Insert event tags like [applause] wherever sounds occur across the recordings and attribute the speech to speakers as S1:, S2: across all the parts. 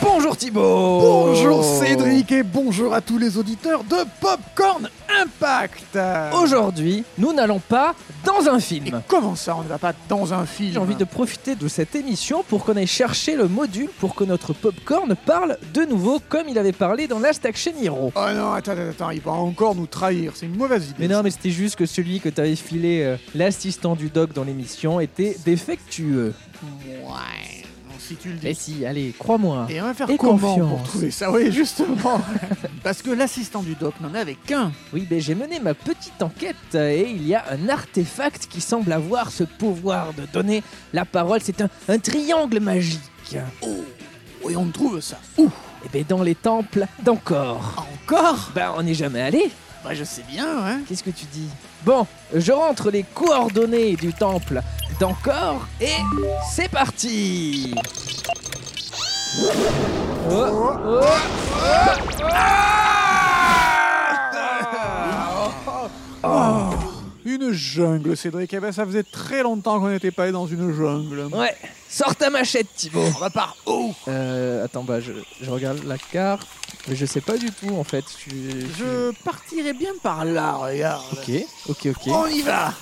S1: Bonjour Thibaut
S2: Bonjour
S1: Oh.
S2: Cédric et bonjour à tous les auditeurs de Popcorn Impact
S1: Aujourd'hui, nous n'allons pas dans un
S2: Et
S1: film.
S2: comment ça, on ne va pas dans un film
S1: J'ai envie de profiter de cette émission pour qu'on aille chercher le module pour que notre Popcorn parle de nouveau comme il avait parlé dans Last Action Hero.
S2: Oh non, attends, attends, attends, il va encore nous trahir, c'est une mauvaise idée.
S1: Mais non, mais c'était juste que celui que t'avais filé, euh, l'assistant du doc dans l'émission, était défectueux.
S2: Ouais, non, si tu le dis.
S1: Mais si, allez, crois-moi.
S2: Et on va faire
S1: Et
S2: comment pour
S1: confiance.
S2: trouver ça Oui, justement [laughs] Parce que l'assistant du doc n'en avait qu'un
S1: Oui, ben j'ai mené ma petite enquête euh, et il y a un artefact qui semble avoir ce pouvoir de donner la parole. C'est un, un triangle magique.
S2: Oh Et on trouve ça Où
S1: Et ben dans les temples d'encore.
S2: Encore
S1: Ben on n'est jamais allé.
S2: Bah je sais bien, hein
S1: Qu'est-ce que tu dis Bon, je rentre les coordonnées du temple d'encore et c'est parti Oh, oh, oh, ah
S2: Une jungle, Cédric, eh ben ça faisait très longtemps qu'on n'était pas allé dans une jungle.
S1: Ouais, sors ta machette Thibaut
S2: On repart haut
S1: Euh, attends, bah, je, je regarde la carte, mais je sais pas du tout en fait. Je, je-
S2: Je partirai bien par là, regarde.
S1: Ok, ok, ok.
S2: On y va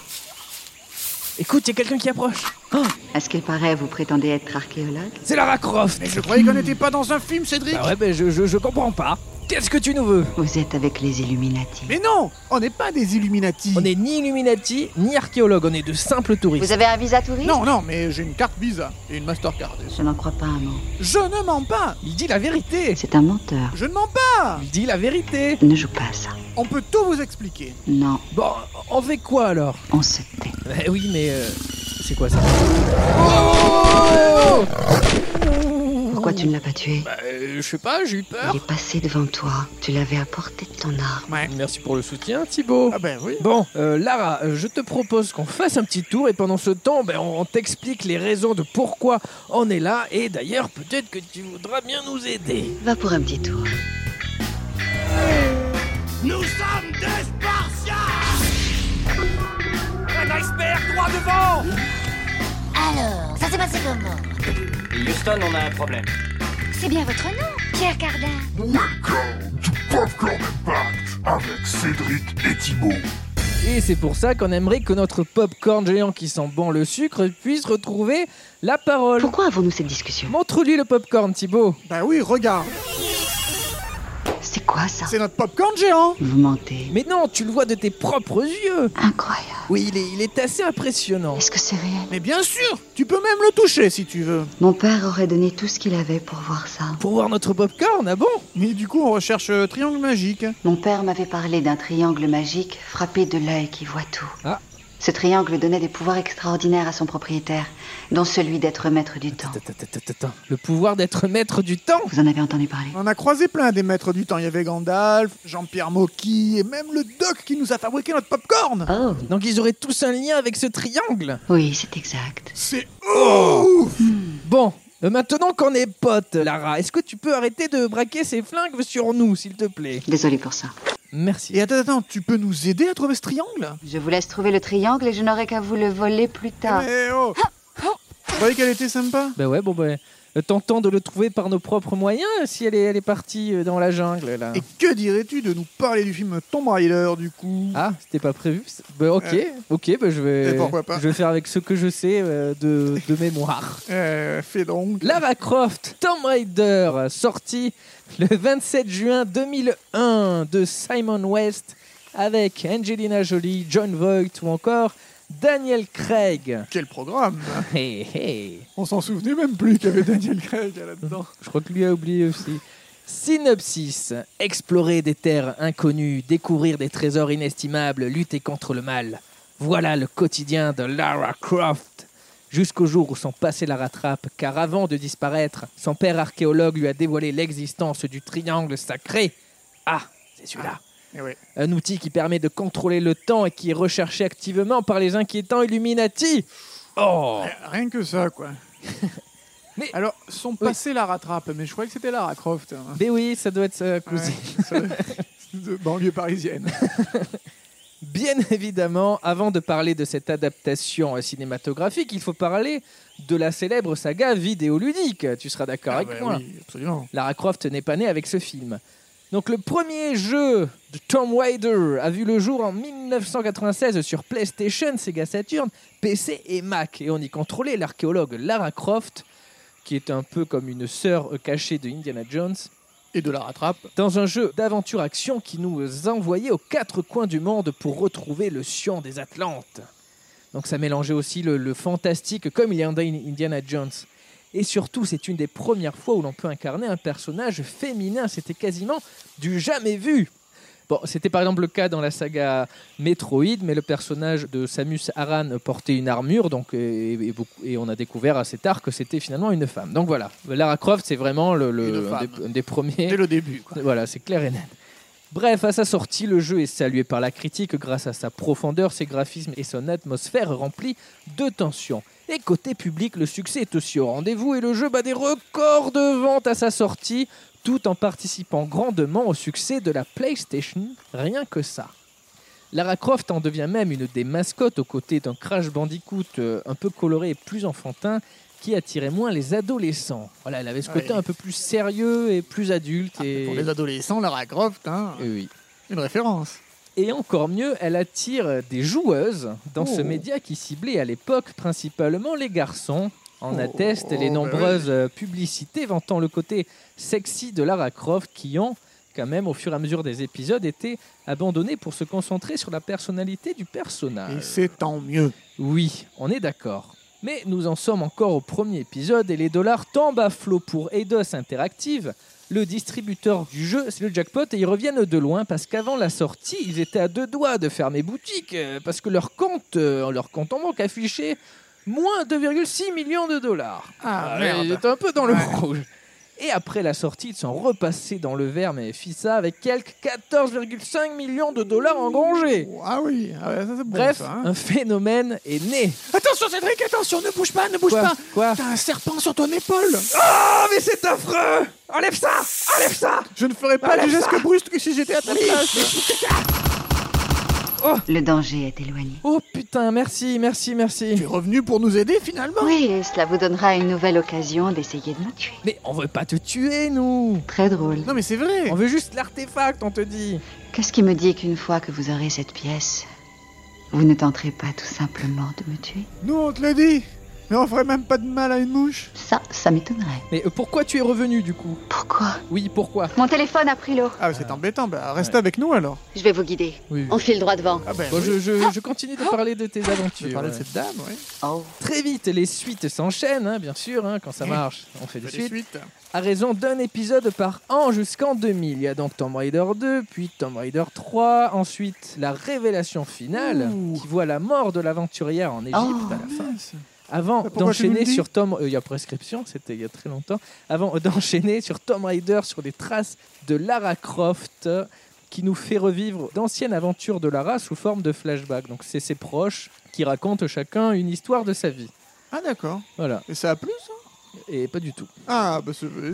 S1: Écoute, y a quelqu'un qui approche. Oh,
S3: À ce qu'il paraît, vous prétendez être archéologue
S1: c'est Lara Croft.
S2: Mais je croyais qu'on n'était pas dans un film, Cédric
S1: Bah ouais, mais je, je, je comprends pas. Qu'est-ce que tu nous veux
S3: Vous êtes avec les Illuminati.
S2: Mais non On n'est pas des Illuminati
S1: On n'est ni Illuminati, ni archéologue, on est de simples touristes.
S3: avez un visa touriste
S2: Non, non, mais j'ai une carte Visa et une Mastercard.
S3: Je n'en crois pas un mot.
S2: Je ne mens pas
S1: Il dit la vérité
S3: C'est un menteur.
S2: Je ne mens pas
S1: Il dit la vérité
S3: Ne joue pas à ça.
S2: On peut tout vous expliquer.
S3: Non,
S1: Bon, on fait quoi alors
S3: on se tait.
S1: Bah oui, mais... euh, c'est quoi ça
S3: Pourquoi tu ne l'as pas tué
S1: Bah, euh, je sais pas, j'ai eu peur.
S3: Il est passé devant toi. Tu l'avais à portée de ton arme.
S1: Merci pour le soutien, Thibaut.
S2: Ah ben oui.
S1: Bon, euh, Lara, euh, je te propose qu'on fasse un petit tour et pendant ce temps, ben, on, on t'explique les raisons de pourquoi on est là et d'ailleurs, peut-être que tu voudras bien nous aider.
S3: Va pour un petit tour.
S4: Nous sommes des Spartiates Un iceberg droit devant
S5: Alors, ça s'est passé comment
S6: Houston, on a un problème.
S5: C'est bien votre nom, Pierre Cardin.
S7: Welcome to Popcorn Impact avec Cédric et Thibaut.
S1: Et c'est pour ça qu'on aimerait que notre popcorn géant qui sent bon le sucre puisse retrouver la parole.
S3: Pourquoi avons-nous cette discussion
S1: Montre-lui le popcorn, Thibaut.
S2: Ben oui, regarde.
S3: C'est quoi ça
S2: C'est notre popcorn géant.
S3: Vous mentez.
S1: Mais non, tu le vois de tes propres yeux.
S3: Incroyable.
S1: Oui, il est, il est assez impressionnant.
S3: Est-ce que c'est réel
S2: Mais bien sûr, tu peux même le toucher si tu veux.
S3: Mon père aurait donné tout ce qu'il avait pour voir ça.
S1: Pour voir notre popcorn, ah bon
S2: Mais du coup, on recherche euh, triangle magique.
S3: Mon père m'avait parlé d'un triangle magique frappé de l'œil qui voit tout.
S1: Ah.
S3: Ce triangle donnait des pouvoirs extraordinaires à son propriétaire, dont celui d'être maître du temps.
S1: Attends, attends, attends, attends. Le pouvoir d'être maître du temps
S3: Vous en avez entendu parler
S2: On a croisé plein des maîtres du temps. Il y avait Gandalf, Jean-Pierre Mocky et même le doc qui nous a fabriqué notre popcorn.
S3: Oh
S1: Donc ils auraient tous un lien avec ce triangle
S3: Oui, c'est exact.
S2: C'est
S1: Oh
S2: ouf
S1: Bon, euh, maintenant qu'on est potes, Lara, est-ce que tu peux arrêter de braquer ces flingues sur nous, s'il te plaît
S3: Désolé pour ça.
S1: Merci.
S2: Et attends, attends, tu peux nous aider à trouver ce triangle
S3: Je vous laisse trouver le triangle et je n'aurai qu'à vous le voler plus
S1: Ah.
S3: tard.
S2: Eh oh Vous voyez qu'elle était sympa
S1: Bah ouais, bon bah... euh, Tentons de le trouver par nos propres moyens euh, si elle est, elle est partie euh, dans la jungle là.
S2: Et que dirais-tu de nous parler du film Tomb Raider du coup
S1: Ah, c'était pas prévu. c'est- Bah ok, ok, bah, je vais,
S2: Et pourquoi pas
S1: je vais faire avec ce que je sais euh, de, de mémoire.
S2: [laughs]
S1: Ah.
S2: Euh, fais donc.
S1: Lara Croft, Tomb Raider, sorti le 27 juin 2001 de Simon West avec Angelina Jolie, John Voight ou encore Daniel Craig. [laughs]
S2: Quel programme
S1: Hey, hey.
S2: On s'en souvenait même plus qu'il y avait Daniel Craig
S1: [laughs]
S2: là-dedans.
S1: Je crois que lui a oublié aussi. Synopsis explorer des terres inconnues, découvrir des trésors inestimables, lutter contre le mal. Voilà le quotidien de Lara Croft. Jusqu'au jour où son passé la rattrape, car avant de disparaître, son père archéologue lui a dévoilé l'existence du triangle sacré. Ah, c'est celui-là.
S2: Eh ouais.
S1: Un outil qui permet de contrôler le temps et qui est recherché activement par les inquiétants Illuminati. Oh
S2: Eh, Rien que ça quoi.
S1: [laughs] Mais-
S2: Alors, son passé la rattrape, mais je croyais que c'était Lara Croft. hein.
S1: Ben oui, ça doit être sa
S2: Ouais, [laughs]
S1: cousine.
S2: ça- de banlieue parisienne.
S1: bien [laughs] évidemment, avant de parler de cette adaptation euh, cinématographique, il faut parler de la célèbre saga vidéoludique. Tu seras d'accord
S2: Ah
S1: avec
S2: bah
S1: moi.
S2: oui, absolument.
S1: Lara Croft n'est pas née avec ce film. Donc le premier jeu de Tomb Raider a vu le jour en 1996 sur PlayStation, Sega Saturn, PC et Mac. Et on y contrôlait l'archéologue Lara Croft, qui est un peu comme une sœur euh, cachée de Indiana Jones,
S2: Et de la rattrape.
S1: dans un jeu d'aventure-action qui nous envoyait aux quatre coins du monde pour retrouver le Sion des Atlantes. Donc ça mélangeait aussi le, le fantastique comme il y en a in- Indiana Jones. Et surtout, c'est une des premières fois où l'on peut incarner un personnage féminin. C'était quasiment du jamais vu. Bon, c'était par exemple le cas dans la saga Metroid, mais le personnage de Samus Aran portait une armure, donc et, et beaucoup- et on a découvert assez tard que c'était finalement une femme. Donc voilà, Lara Croft, c'est vraiment le, le-
S2: Une
S1: un,
S2: femme.
S1: des, un des premiers.
S2: Dès le début. Quoi.
S1: Voilà, c'est clair et net. Bref, à sa sortie, le jeu est salué par la critique grâce à sa profondeur, ses graphismes et son atmosphère remplie de tension. Et côté public, le succès est aussi au rendez-vous et le jeu bat des records de vente à sa sortie, tout en participant grandement au succès de la PlayStation, rien que ça. Lara Croft en devient même une des mascottes aux côtés d'un Crash Bandicoot euh, un peu coloré et plus enfantin qui attirait moins les adolescents. Voilà, elle avait ce côté
S2: Ouais.
S1: un peu plus sérieux et plus adulte. Et...
S2: Ah, bah, Pour les adolescents, Lara Croft, hein,
S1: Eh oui.
S2: une référence.
S1: Et encore mieux, elle attire des joueuses dans ce
S2: Oh.
S1: média qui ciblait à l'époque principalement les garçons. En
S2: Oh,
S1: attestent
S2: bah oui.
S1: les nombreuses euh, publicités vantant le côté sexy de Lara Croft qui ont, quand même, au fur et à mesure des épisodes, été abandonnées pour se concentrer sur la personnalité du personnage.
S2: Et c'est tant mieux.
S1: Oui, on est d'accord. Mais nous en sommes encore au premier épisode et les dollars tombent à flot pour Eidos Interactive. Le distributeur du jeu, c'est le jackpot et ils reviennent de loin parce qu'avant la sortie, ils étaient à deux doigts de fermer boutique euh, parce que leur compte, euh, leur compte en banque affichait moins 2,6 millions de dollars.
S2: Ah,
S1: ouais,
S2: merde.
S1: Ils étaient un peu dans le
S2: Ouais.
S1: rouge. Et après la sortie, ils sont repassés dans le vert, mais FISA avec quelques 14,5 millions de dollars engrangés.
S2: Ah oui, ah ouais, ça c'est bon.
S1: Bref,
S2: ça, hein.
S1: un phénomène est né.
S2: Attention Cédric, attention, ne bouge pas, ne bouge
S1: Quoi
S2: pas.
S1: Quoi
S2: T'as un serpent sur ton épaule.
S1: Ah, mais c'est affreux Enlève ça Enlève ça
S2: Je ne ferais pas du geste brusque si j'étais à ta place.
S3: Le danger est éloigné.
S1: Oh putain, merci, merci,
S2: Tu
S1: merci.
S2: es revenu pour nous aider finalement.
S3: Oui, et cela vous donnera une nouvelle occasion d'essayer de nous tuer.
S1: Mais on veut pas te tuer, nous
S3: Très drôle.
S2: Non mais c'est vrai.
S1: On veut juste l'artefact, on te dit.
S3: Qu'est-ce qui me dit qu'une fois que vous aurez cette pièce, vous ne tenterez pas tout simplement de me tuer
S2: Nous on te le dit. Mais on ferait même pas de mal à une mouche.
S3: Ça, ça m'étonnerait.
S1: Mais euh, pourquoi tu es revenu, du coup
S3: Pourquoi
S1: Oui, pourquoi
S3: Mon téléphone a pris l'eau.
S2: Ah ouais, c'est embêtant, bah reste avec nous alors.
S3: Je vais vous guider.
S1: Oui, oui.
S3: On file droit devant.
S2: Ah bah
S1: Bon,
S2: oui.
S1: je, je- je continue de parler de tes
S2: Tu veux
S1: aventures.
S2: parler de
S1: ouais.
S2: cette dame, ouais.
S3: Oh.
S1: Très vite, les suites s'enchaînent, hein, bien sûr, hein, quand ça marche, on fait des
S2: Fais des
S1: suites.
S2: suites.
S1: à raison d'un épisode par an jusqu'en 2000. Il y a donc Tomb Raider 2, puis Tomb Raider 3, ensuite la révélation finale
S2: Ouh.
S1: qui voit la mort de l'aventurière en Égypte à
S3: Oh.
S1: la fin. Avant
S2: Pourquoi tu nous
S1: d'enchaîner
S2: le dis
S1: sur Tomb euh, il y a prescription, c'était il y a très longtemps. Avant d'enchaîner sur Tomb Raider sur les traces de Lara Croft euh, qui nous fait revivre d'anciennes aventures de Lara sous forme de flashback. Donc c'est ses proches qui racontent chacun une histoire de sa vie.
S2: Ah d'accord.
S1: Voilà,
S2: Et ça a plu ça
S1: et pas du tout.
S2: Ah bah c'est vrai.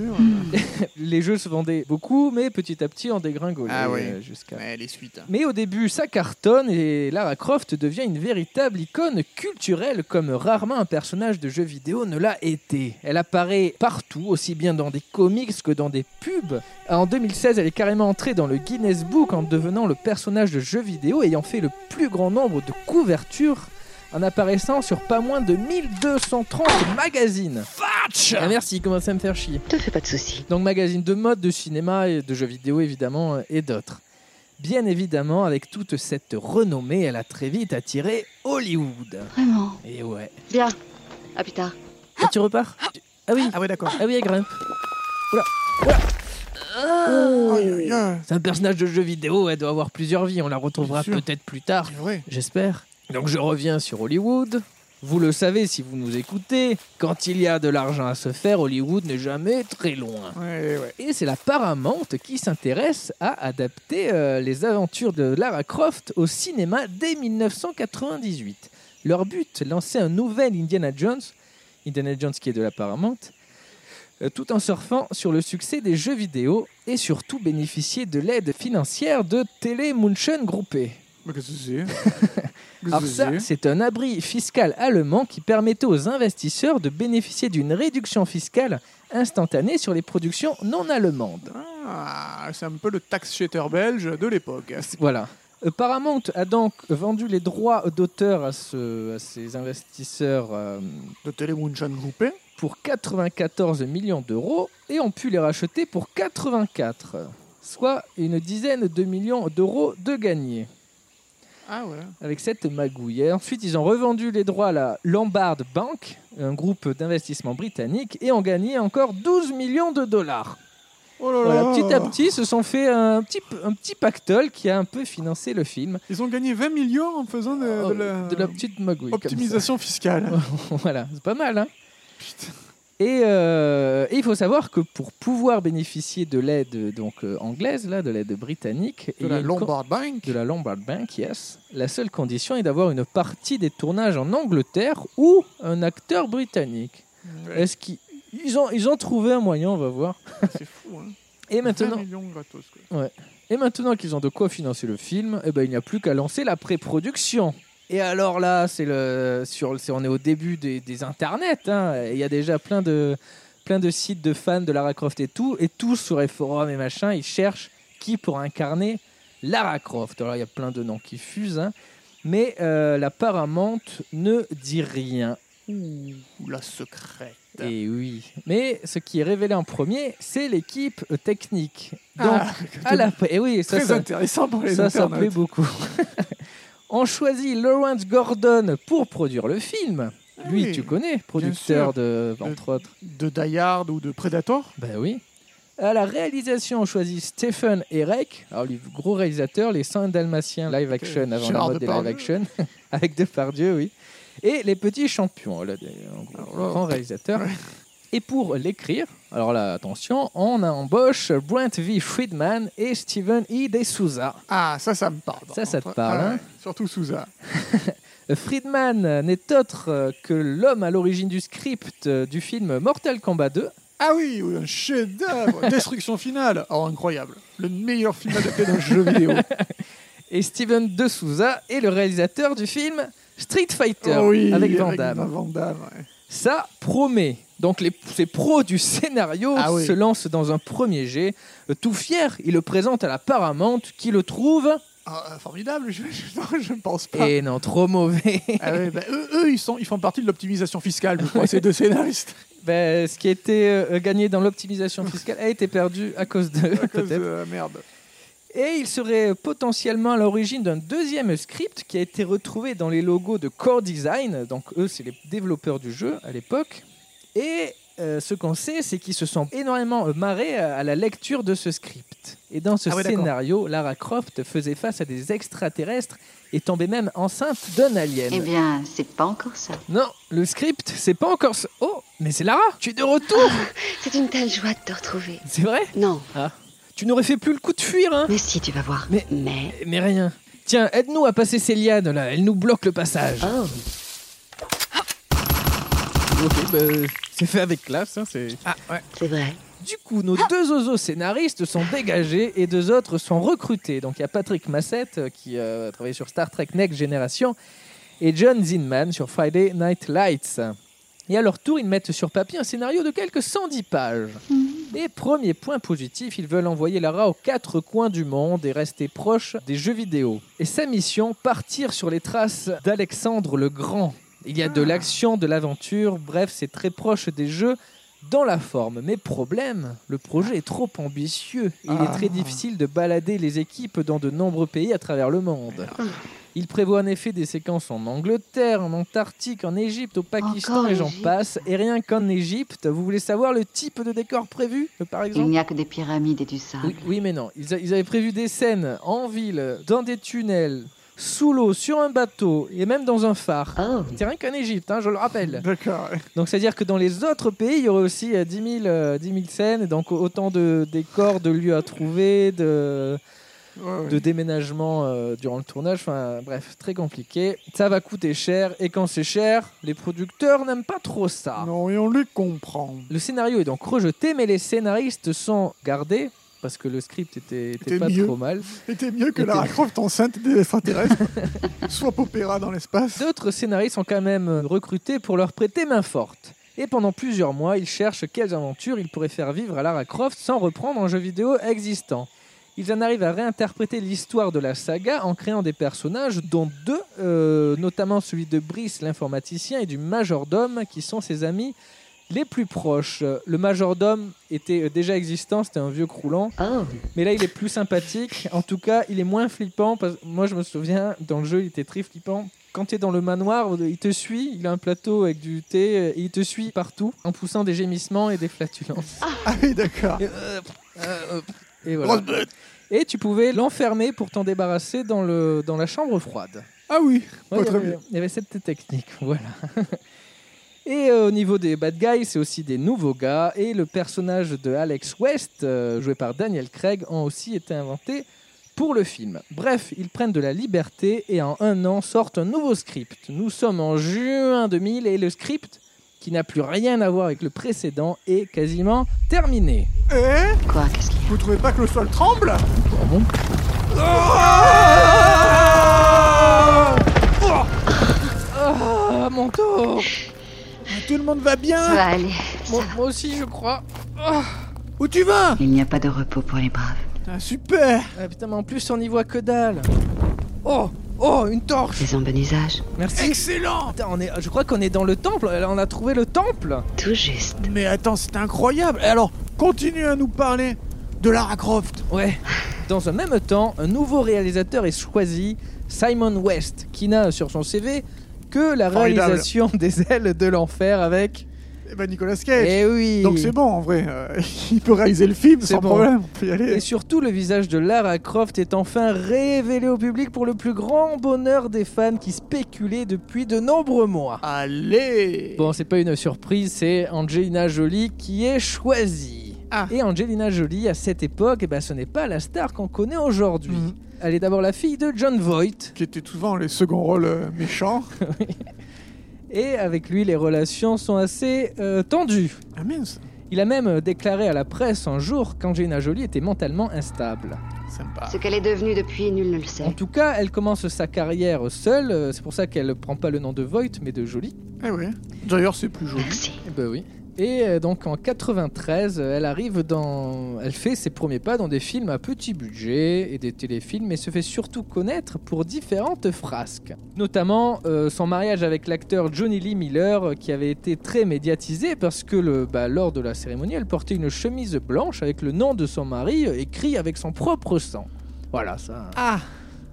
S1: les jeux se vendaient beaucoup, mais petit à petit on dégringolait
S2: Ah oui.
S1: euh, jusqu'à.
S2: Ouais, les suites.
S1: Mais au début, ça cartonne et Lara Croft devient une véritable icône culturelle comme rarement un personnage de jeu vidéo ne l'a été. Elle apparaît partout, aussi bien dans des comics que dans des pubs. En 2016, elle est carrément entrée dans le Guinness Book en devenant le personnage de jeu vidéo ayant fait le plus grand nombre de couvertures en apparaissant sur pas moins de 1230 magazines. Ah, merci, il commence à me faire chier.
S3: Te fais pas de soucis.
S1: Donc magazine de mode, de cinéma et de jeux vidéo évidemment euh, et d'autres. Bien évidemment, avec toute cette renommée, elle a très vite attiré Hollywood.
S3: Vraiment.
S1: Et ouais.
S3: Bien. À plus tard.
S1: Ah, tu repars Ah oui,
S2: Ah ouais d'accord.
S1: ah oui, elle grimpe.
S2: Aïe, aïe, aïe.
S1: C'est un personnage de jeu vidéo, elle doit avoir plusieurs vies, on la retrouvera
S2: Bien sûr.
S1: peut-être plus tard,
S2: C'est vrai.
S1: j'espère. Donc je reviens sur Hollywood. Vous le savez si vous nous écoutez, quand il y a de l'argent à se faire, Hollywood n'est jamais très loin.
S2: Ouais ouais.
S1: Et c'est la Paramount qui s'intéresse à adapter euh, les aventures de Lara Croft au cinéma dès 1998. Leur but, lancer un nouvel Indiana Jones, Indiana Jones qui est de la Paramount, euh, tout en surfant sur le succès des jeux vidéo et surtout bénéficier de l'aide financière de Telemunchen Groupé.
S2: Mais qu'est-ce que c'est
S1: [laughs]
S2: Qu'est-ce
S1: Alors
S2: que
S1: ça,
S2: c'est
S1: c'est un abri fiscal allemand qui permettait aux investisseurs de bénéficier d'une réduction fiscale instantanée sur les productions non allemandes.
S2: Ah, c'est un peu le tax shater belge de l'époque.
S1: Voilà. Euh, Paramount a donc vendu les droits d'auteur à, ce- à ses investisseurs euh,
S2: De Telemunchen
S1: hein.
S2: groupé.
S1: pour 94 millions d'euros et ont pu les racheter pour 84, soit une dizaine de millions d'euros de gagnés
S2: Ah ouais.
S1: avec cette magouille. Et ensuite, ils ont revendu les droits à la Lombard Bank, un groupe d'investissement britannique, et ont gagné encore 12 millions de dollars.
S2: Oh là
S1: Voilà,
S2: là.
S1: petit à petit, se sont fait un petit, un petit pactole qui a un peu financé le film.
S2: Ils ont gagné 20 millions en faisant de, Euh, de
S1: Oh,
S2: la...
S1: petite magouille. comme ça.
S2: optimisation
S1: [laughs]
S2: fiscale.
S1: voilà, c'est pas mal. Hein
S2: Putain.
S1: et, euh, et il faut savoir que pour pouvoir bénéficier de l'aide donc euh, anglaise, là, de l'aide britannique,
S2: De
S1: il y a
S2: la
S1: une con-
S2: Lombard Bank.
S1: de la Lombard Bank, yes. La seule condition est d'avoir une partie des tournages en Angleterre ou un acteur britannique.
S2: Ouais.
S1: Est-ce qu'ils ils ont, ils ont trouvé un moyen, on va voir.
S2: C'est fou. Hein.
S1: Et
S2: 20
S1: maintenant,
S2: millions gratos. Quoi.
S1: et maintenant qu'ils ont de quoi financer le film, eh ben, il n'y a plus qu'à lancer la pré-production. Et alors là, c'est le, sur, le- c'est- on est au début des, des internets. hein. Il y a déjà plein de, plein de sites de fans de Lara Croft et tout. Et tous sur les forums et machin, ils cherchent qui pour incarner Lara Croft. Alors il y a plein de noms qui fusent. hein. Mais euh, la Paramount ne dit rien.
S2: Ouh, la secrète.
S1: Et oui. Mais ce qui est révélé en premier, c'est l'équipe technique. Donc,
S2: Ah,
S1: à la... Et oui, ça,
S2: très
S1: ça-
S2: intéressant pour
S1: [laughs]
S2: les
S1: ça, ça
S2: internautes.
S1: plaît beaucoup. [laughs] On choisit Lawrence Gordon pour produire le film.
S2: Ah
S1: Lui,
S2: oui,
S1: tu connais, producteur de, entre autres.
S2: De Die Hard ou de Predator
S1: Ben oui. À la réalisation, on choisit Stephen Erek, alors le gros réalisateur, les 100 Dalmatiens live action avant la
S2: Gérard
S1: mode des live
S2: Depardieu.
S1: action, [laughs] avec Depardieu, oui. Et les petits champions, là, des- en gros, grand réalisateur. Et pour l'écrire, alors là, attention, on embauche Brent V. Friedman et Steven E. De Souza.
S2: Ah, ça, ça me parle.
S1: Ça, ça te
S2: Ah
S1: parle, hein.
S2: ouais, Surtout Souza.
S1: Friedman n'est autre euh, que l'homme à l'origine du script euh, du film Mortal Kombat 2.
S2: Ah oui, oui,
S1: [laughs]
S2: un chef-d'œuvre. Destruction finale. Oh, incroyable. Le meilleur film adapté
S1: [laughs]
S2: d'un E jeu vidéo.
S1: Et Steven De Souza est le réalisateur du film Street Fighter
S2: Oh oui,
S1: avec Van Damme.
S2: Van Damme, ouais.
S1: Ça promet. Donc les, ces pros du scénario
S2: Ah oui.
S1: se lancent dans un premier jet. Euh, Tout fier, il le présente à la Paramount qui le trouve...
S2: Ah, euh, formidable, je, je- non, je ne pense pas.
S1: Et non, trop mauvais. [laughs]
S2: Ah ouais, bah, eux, eux, ils, sont, ils font partie de l'optimisation fiscale,
S1: [laughs]
S2: je crois, ces deux scénaristes.
S1: Ben, ce qui était euh, gagné dans l'optimisation fiscale a été perdu à cause de...
S2: À cause de
S1: peut-être.
S2: la merde.
S1: Et il serait potentiellement à l'origine d'un deuxième script qui a été retrouvé dans les logos de Core Design. Donc eux, c'est les développeurs du jeu à l'époque. Et euh, ce qu'on sait, c'est qu'ils se sont énormément euh, marrés à à la lecture de ce script. Et dans ce
S2: Ah ouais, d'accord.
S1: scénario, Lara Croft faisait face à des extraterrestres et tombait même enceinte d'un alien.
S3: Eh bien, c'est pas encore ça.
S1: Non, le script, c'est pas encore... ce- Oh, mais c'est Lara Tu es de retour
S3: C'est une telle joie de te retrouver.
S1: C'est vrai
S3: Non,
S1: Tu n'aurais fait plus le coup de fuir, hein
S3: mais si, tu vas voir.
S1: Mais-
S3: mais...
S1: Mais rien. Tiens, aide-nous à passer ces lianes, là. Elles nous bloquent le passage.
S3: Oh.
S1: Ok, bah, c'est fait avec classe. hein, c'est-
S3: C'est vrai.
S1: Du coup, nos deux oiseaux scénaristes sont dégagés et deux autres sont recrutés. Donc, il y a Patrick Massett euh, qui euh, a travaillé sur Star Trek Next Generation et John Zinman sur Friday Night Lights. Et à leur tour, ils mettent sur papier un scénario de quelques 110 pages. Et premier point positif, ils veulent envoyer Lara aux quatre coins du monde et rester proche des jeux vidéo. Et sa mission, partir sur les traces d'Alexandre le Grand. Il y a de l'action, de l'aventure, bref, c'est très proche des jeux dans la forme. Mais problème, le projet est trop ambitieux. et Il est
S2: Ah.
S1: très difficile de balader les équipes dans de nombreux pays à travers le monde. Il prévoit en effet des séquences en Angleterre, en Antarctique, en Égypte, au Pakistan
S3: Encore
S1: et j'en
S3: l'Égypte.
S1: passe. Et rien qu'en Égypte, vous voulez savoir le type de décor prévu, euh, par
S3: Il
S1: exemple
S3: n'y a que des pyramides et du sable.
S1: oui, oui, mais non. Ils, a- ils avaient prévu des scènes en ville, dans des tunnels, sous l'eau, sur un bateau et même dans un phare.
S3: Oh.
S1: C'est rien qu'en Égypte, hein, je le rappelle.
S2: D'accord. ouais.
S1: Donc c'est-à-dire que dans les autres pays, il y aurait aussi euh, 10 000, euh, 10 000 scènes, et donc autant de décors, de lieux à trouver, de,
S2: Ouais, ouais.
S1: de déménagement euh, durant le tournage. Enfin, bref, très compliqué. Ça va coûter cher, et quand c'est cher, les producteurs n'aiment pas trop ça.
S2: Non, Ah. et on les comprend.
S1: Le scénario est donc rejeté, mais les scénaristes sont gardés. parce que le script était, était
S2: Était
S1: pas
S2: mieux.
S1: trop mal.
S2: C'était mieux que
S1: Était-
S2: Lara Croft enceinte des extraterrestres. [laughs] Soit Popera dans l'espace.
S1: D'autres scénaristes sont quand même recrutés pour leur prêter main forte. Et pendant plusieurs mois, ils cherchent quelles aventures ils pourraient faire vivre à Lara Croft sans reprendre un jeu vidéo existant. Ils en arrivent à réinterpréter l'histoire de la saga en créant des personnages, dont deux, euh, notamment celui de Brice l'informaticien et du majordome, qui sont ses amis les plus proches. Le majordome était euh, déjà existant, c'était un vieux croulant.
S3: Oh,
S1: Mais là, il est plus sympathique. En tout cas, il est moins flippant. Parce... Moi, je me souviens, dans le jeu, il était très flippant. Quand tu es dans le manoir, il te suit. Il a un plateau avec du thé. euh, Et il te suit partout en poussant des gémissements et des flatulences.
S2: Ah oui, d'accord.
S1: Et, euh, euh, et voilà. Et tu pouvais l'enfermer pour t'en débarrasser dans, le... dans la chambre froide.
S2: Ah oui,
S1: Ouais, il, y
S2: Pas très
S1: avait, il y avait cette technique, [laughs] voilà. Et euh, au niveau des bad guys, c'est aussi des nouveaux gars. Et le personnage de Alex West, euh, joué par Daniel Craig, ont aussi été inventés pour le film. Bref, ils prennent de la liberté et en un an sortent un nouveau script. Nous sommes en juin 2000 et le script, qui n'a plus rien à voir avec le précédent, est quasiment terminé.
S2: Eh
S3: quoi, qu'est-ce qu'il y a
S2: Vous trouvez pas que le sol tremble
S1: bon Ah, mon dos
S2: Tout le monde va
S3: Ça
S2: bien
S3: va aller.
S1: moi, moi aussi, je crois.
S2: Où tu vas
S3: Il n'y a pas de repos pour les braves.
S2: Ah, Super
S1: Ah putain, mais en plus, on n'y voit que dalle. Oh Oh, une torche
S3: Ils ont bon usage.
S1: Merci.
S2: Excellent
S1: Putain, on est, je crois qu'on est dans le temple. Là, on a trouvé le temple.
S3: Tout juste.
S2: Mais attends, c'est incroyable Et alors, continue à nous parler de Lara Croft
S1: Ouais. Dans un même temps, un nouveau réalisateur est choisi, Simon West, qui n'a sur son CV que la
S2: Formidable.
S1: réalisation des ailes de l'enfer avec.
S2: Eh ben, Nicolas Cage
S1: Eh oui
S2: Donc c'est bon, en vrai. euh, [laughs] il peut réaliser le film
S1: C'est
S2: sans
S1: bon.
S2: problème. On peut y aller.
S1: Et surtout, le visage de Lara Croft est enfin révélé au public pour le plus grand bonheur des fans qui spéculaient depuis de nombreux mois.
S2: Allez
S1: Bon, c'est pas une surprise, c'est Angelina Jolie qui est choisie.
S2: Ah.
S1: Et Angelina Jolie, à cette époque, eh ben, ce n'est pas la star qu'on connaît aujourd'hui.
S2: Mhm.
S1: Elle est d'abord la fille de John Voight,
S2: Qui étaient souvent les seconds rôles euh, méchants.
S1: et avec lui, les relations sont assez euh, tendues.
S2: Ah mince,
S1: Il a même déclaré à la presse un jour qu'Angelina Jolie était mentalement instable.
S2: sympa.
S3: Ce qu'elle est devenue depuis, nul ne le
S1: En
S3: sait.
S1: tout cas, elle commence sa carrière seule, euh, c'est pour ça qu'elle prend pas le nom de Voight, mais de Jolie.
S2: Eh oui. D'ailleurs, c'est plus joli.
S3: Merci.
S1: Eh ben oui. Et euh, donc en 93, euh, elle arrive dans. Elle fait ses premiers pas dans des films à petit budget et des téléfilms, mais se fait surtout connaître pour différentes frasques. Notamment euh, son mariage avec l'acteur Johnny Lee Miller, euh, qui avait été très médiatisé parce que le, bah, lors de la cérémonie, elle portait une chemise blanche avec le nom de son mari euh, écrit avec son propre sang. Voilà, ça.
S2: Ah,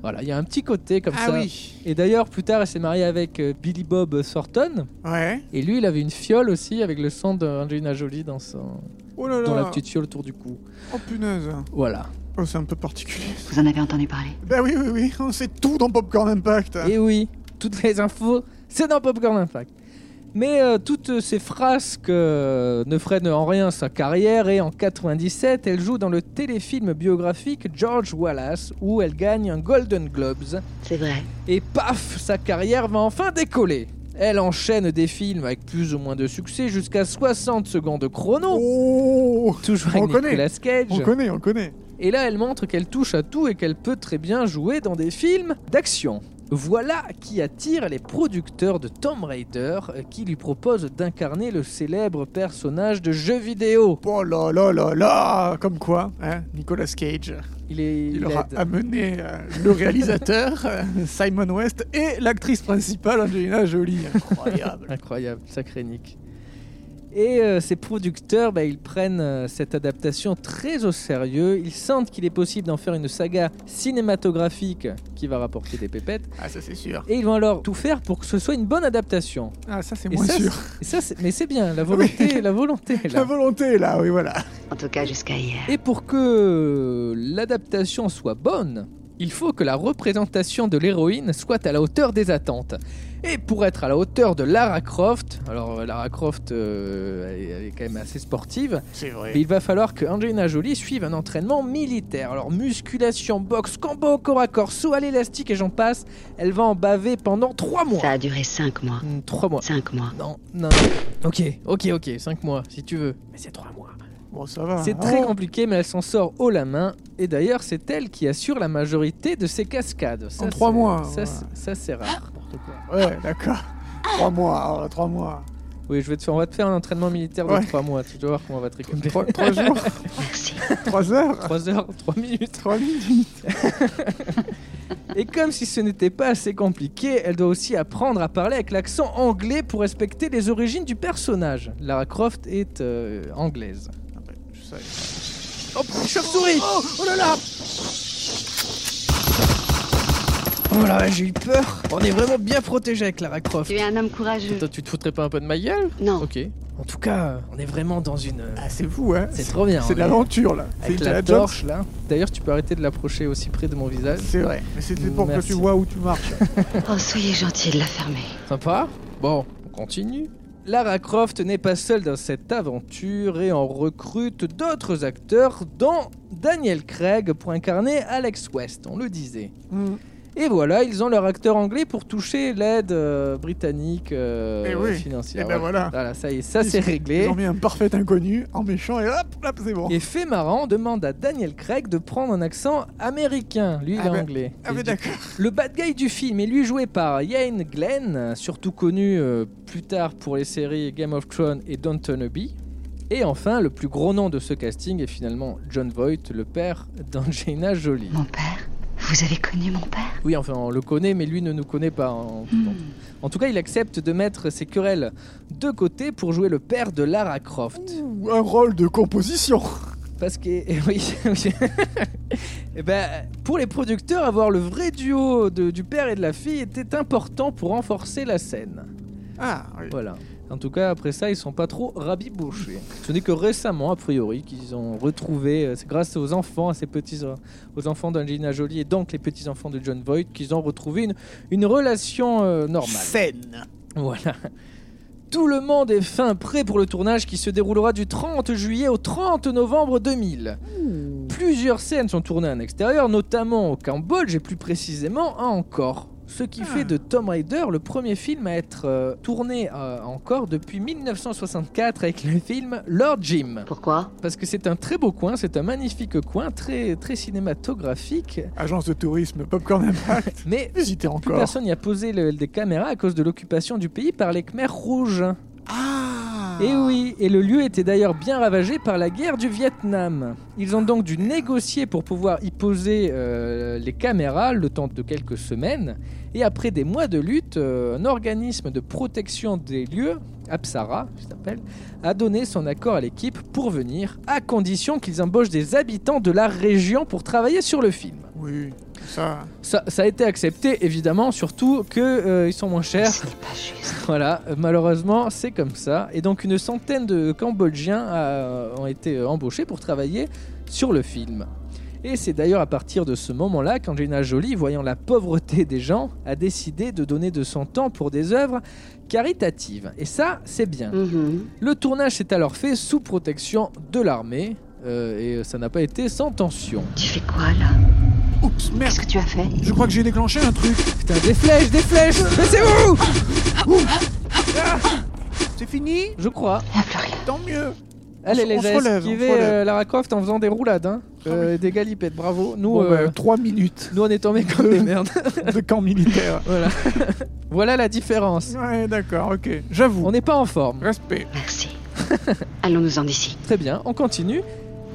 S1: Voilà, il y a un petit côté comme
S2: ah
S1: ça.
S2: oui.
S1: Et d'ailleurs, plus tard, elle s'est mariée avec euh, Billy Bob Thornton.
S2: Ouais.
S1: Et lui, il avait une fiole aussi avec le sang d'Angelina Jolie dans, son...
S2: Oh là là.
S1: dans la petite fiole autour du cou.
S2: Oh punaise.
S1: Voilà.
S2: Oh, c'est un peu particulier. [laughs]
S3: Vous en avez entendu parler
S2: Ben oui, oui, oui. On sait tout dans Popcorn Impact.
S1: Et oui, toutes les infos, c'est dans Popcorn Impact. Mais euh, toutes ces frasques euh, ne freinent en rien sa carrière et en 97, elle joue dans le téléfilm biographique George Wallace où elle gagne un Golden Globes.
S3: C'est vrai.
S1: Et paf, sa carrière va enfin décoller. Elle enchaîne des films avec plus ou moins de succès jusqu'à 60 secondes de chrono.
S2: Oh
S1: Toujours
S2: on
S1: avec
S2: connaît.
S1: Nicolas Cage.
S2: On connaît, on connaît.
S1: Et là, elle montre qu'elle touche à tout et qu'elle peut très bien jouer dans des films d'action. Voilà qui attire les producteurs de Tomb Raider euh, qui lui proposent d'incarner le célèbre personnage de jeu vidéo.
S2: Oh là là là là Comme quoi, hein, Nicolas Cage,
S1: Il est
S2: il,
S1: il
S2: aura
S1: aide.
S2: amené euh, le réalisateur, euh, Simon West, et l'actrice principale, Angelina Jolie. Incroyable.
S1: incroyable, sacré Nick. Et euh, ces producteurs, bah, ils prennent euh, cette adaptation très au sérieux. Ils sentent qu'il est possible d'en faire une saga cinématographique qui va rapporter des pépettes.
S2: [laughs] ah, ça c'est sûr.
S1: Et ils vont alors tout faire pour que ce soit une bonne adaptation.
S2: Ah, ça c'est
S1: Et
S2: moins
S1: ça,
S2: sûr.
S1: c'est- et ça, c'est- mais c'est bien, la volonté, la volonté est là.
S2: La volonté, là, oui, voilà.
S3: En tout cas, jusqu'à hier.
S1: Et pour que l'adaptation soit bonne, il faut que la représentation de l'héroïne soit à la hauteur des attentes. Et pour être à la hauteur de Lara Croft, alors euh, Lara Croft euh, elle est- elle est quand même assez sportive,
S2: C'est
S1: mais
S2: vrai.
S1: il va falloir que Angelina Jolie suive un entraînement militaire. Alors musculation, boxe, combat au corps à corps, saut à l'élastique et j'en passe, elle va en baver pendant 3 mois.
S3: Ça a duré cinq mois.
S1: Hmm, Trois mois.
S3: Cinq mois.
S1: Non, non. Ok, ok, ok, 5 mois, si tu veux. Mais c'est 3 mois.
S2: Bon, ça va.
S1: C'est
S2: hein.
S1: très
S2: Oh.
S1: compliqué, mais elle s'en sort haut la main. Et d'ailleurs, c'est elle qui assure la majorité de ses cascades. Ça,
S2: En trois
S1: c'est-
S2: mois,
S1: Ça,
S2: ouais.
S1: c'est- ça, c'est rare.
S2: Ouais, d'accord. Trois mois, oh, trois mois.
S1: Oui, je vais te faire, on va te faire un entraînement militaire de
S2: Ouais.
S1: trois mois. Tu vas voir comment on va te récupérer. [laughs]
S2: Trois, trois jours,
S3: Merci.
S2: trois heures,
S1: Trois heures, trois minutes.
S2: trois minutes.
S1: Et comme si ce n'était pas assez compliqué, elle doit aussi apprendre à parler avec l'accent anglais pour respecter les origines du personnage. Lara Croft est euh, anglaise.
S2: Je sais.
S1: Oh, chauve-souris
S2: Oh, oh là là
S1: Oh là, j'ai eu peur On est vraiment bien protégé avec Lara Croft.
S2: Eh
S3: Tu es un homme courageux.
S1: Attends, tu te foutrais pas un peu de ma gueule
S3: Non.
S1: Ok. En tout cas, euh, on est vraiment dans une. euh,
S2: Ah, c'est fou, hein
S1: C'est trop bien.
S2: C'est
S1: on est-
S2: de l'aventure, là.
S1: Avec
S2: C'est
S1: la
S2: Indiana Jones.
S1: torche là. D'ailleurs, tu peux arrêter de l'approcher aussi près de mon visage.
S2: C'est vrai. Mais c'était pour
S1: Merci.
S2: que tu vois où tu marches.
S3: Oh, soyez gentil de la fermer.
S1: Sympa. Bon, on continue. Lara Croft n'est pas seule dans cette aventure et on recrute d'autres acteurs, dont Daniel Craig pour incarner Alex West, on le disait.
S2: Mm.
S1: Et voilà, ils ont leur acteur anglais pour toucher l'aide euh, britannique euh,
S2: Eh oui.
S1: financière.
S2: Eh ben voilà.
S1: ça y est, ça
S2: Ils-
S1: c'est réglé.
S2: Ils ont mis un parfait inconnu en méchant et hop, hop, c'est bon.
S1: Et fait marrant, demande à Daniel Craig de prendre un accent américain. Lui, il
S2: Ah
S1: est
S2: ben-
S1: anglais.
S2: Ah,
S1: Et
S2: mais
S1: du
S2: d'accord.
S1: Le bad guy du film est lui joué par Ian Glenn, surtout connu euh, plus tard pour les séries Game of Thrones et Downton Abbey. Et enfin, le plus gros nom de ce casting est finalement John Voight, le père d'Angelina Jolie.
S3: Mon père Vous avez connu mon père
S1: Oui, enfin, on le connaît, mais lui ne nous connaît pas. hein, En, tout temps. En tout cas, il accepte de mettre ses querelles de côté pour jouer le père de Lara Croft.
S2: Ou un rôle de composition.
S1: Parce que, [laughs] eh oui, oui. Eh ben, pour les producteurs, avoir le vrai duo de- du père et de la fille était important pour renforcer la scène.
S2: Ah, oui.
S1: Voilà. En tout cas, après ça, ils sont pas trop rabibouchés. Ce n'est que récemment, a priori, qu'ils ont retrouvé, euh, c'est grâce aux enfants, à ces petits, euh, aux enfants d'Angelina Jolie et donc les petits enfants de John Voight, qu'ils ont retrouvé une, une relation euh, normale.
S2: Scène.
S1: Voilà. Tout le monde est fin prêt pour le tournage qui se déroulera du 30 juillet au 30 novembre 2000. Plusieurs scènes sont tournées en extérieur, notamment au Cambodge et plus précisément à Angkor. Ce qui fait de Tom Raider le premier film à être euh, tourné euh, à Angkor depuis 1964 avec le film Lord Jim.
S3: Pourquoi
S1: Parce que c'est un très beau coin, c'est un magnifique coin, très, très cinématographique,
S2: Agence de tourisme, Popcorn
S1: [laughs]
S2: Impact.
S1: mais
S2: Visitez
S1: plus
S2: encore.
S1: personne n'y a posé le- des caméras à cause de l'occupation du pays par les Khmers rouges.
S2: Ah
S1: Et Eh oui, et le lieu était d'ailleurs bien ravagé par la guerre du Vietnam. Ils ont donc dû négocier pour pouvoir y poser euh, les caméras le temps de quelques semaines. Et après des mois de lutte, euh, un organisme de protection des lieux, Apsara, je t'appelle, a donné son accord à l'équipe pour venir, à condition qu'ils embauchent des habitants de la région pour travailler sur le film.
S2: Oui, ça.
S1: Ça, ça a été accepté, évidemment, surtout qu'ils sont moins chers.
S3: Ce n'est pas juste.
S1: Voilà, euh, malheureusement, c'est comme ça. Et donc, une centaine de Cambodgiens euh, ont été euh, embauchés pour travailler sur le film. Et c'est d'ailleurs à partir de ce moment-là qu'Angelina Jolie, voyant la pauvreté des gens, a décidé de donner de son temps pour des œuvres caritatives. Et ça, c'est bien.
S3: Mhm.
S1: Le tournage s'est alors fait sous protection de l'armée. euh, et ça n'a pas été sans tension.
S3: Tu fais quoi là
S2: Oups, merde.
S3: Qu'est-ce que tu as fait
S2: Je crois que j'ai déclenché un truc.
S1: Putain, des flèches, des flèches Mais c'est où
S2: C'est fini
S1: Je crois.
S3: Il n'y a plus rien.
S2: Tant mieux.
S1: Elle, elle les
S2: On se
S1: a
S2: relève, on
S1: esquivés,
S2: se relève.
S1: euh, Lara Croft, en faisant des roulades, hein.
S2: Ah
S1: Euh, des galipettes, bravo. Nous,
S2: Bon,
S1: euh,
S2: bah, trois minutes
S1: nous on est tombés
S2: [laughs]
S1: comme des merdes.
S2: de camp militaire.
S1: [laughs] voilà. voilà la différence.
S2: Ouais, d'accord, ok. J'avoue.
S1: On n'est pas en forme.
S2: Respect.
S3: [laughs] Merci. Allons-nous-en d'ici.
S1: Très bien, on continue.